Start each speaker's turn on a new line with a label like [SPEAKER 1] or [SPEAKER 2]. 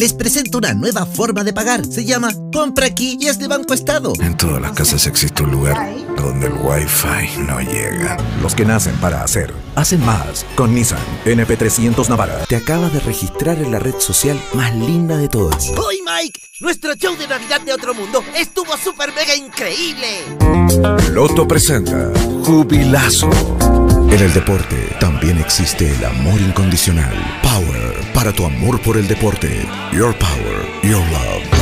[SPEAKER 1] Les presento una nueva forma de pagar. Se llama Compra aquí y es de Banco Estado.
[SPEAKER 2] En todas las casas existe un lugar donde el Wi-Fi no llega.
[SPEAKER 3] Los que nacen para hacer, hacen más con Nissan NP300 Navara.
[SPEAKER 4] Te acabas de registrar en la red social más linda de todas.
[SPEAKER 5] ¡Voy, Mike! Nuestro show de Navidad de Otro Mundo estuvo súper mega increíble.
[SPEAKER 2] Loto presenta Jubilazo.
[SPEAKER 3] En el deporte también existe el amor incondicional. Power para tu amor por el deporte. Your power, your love.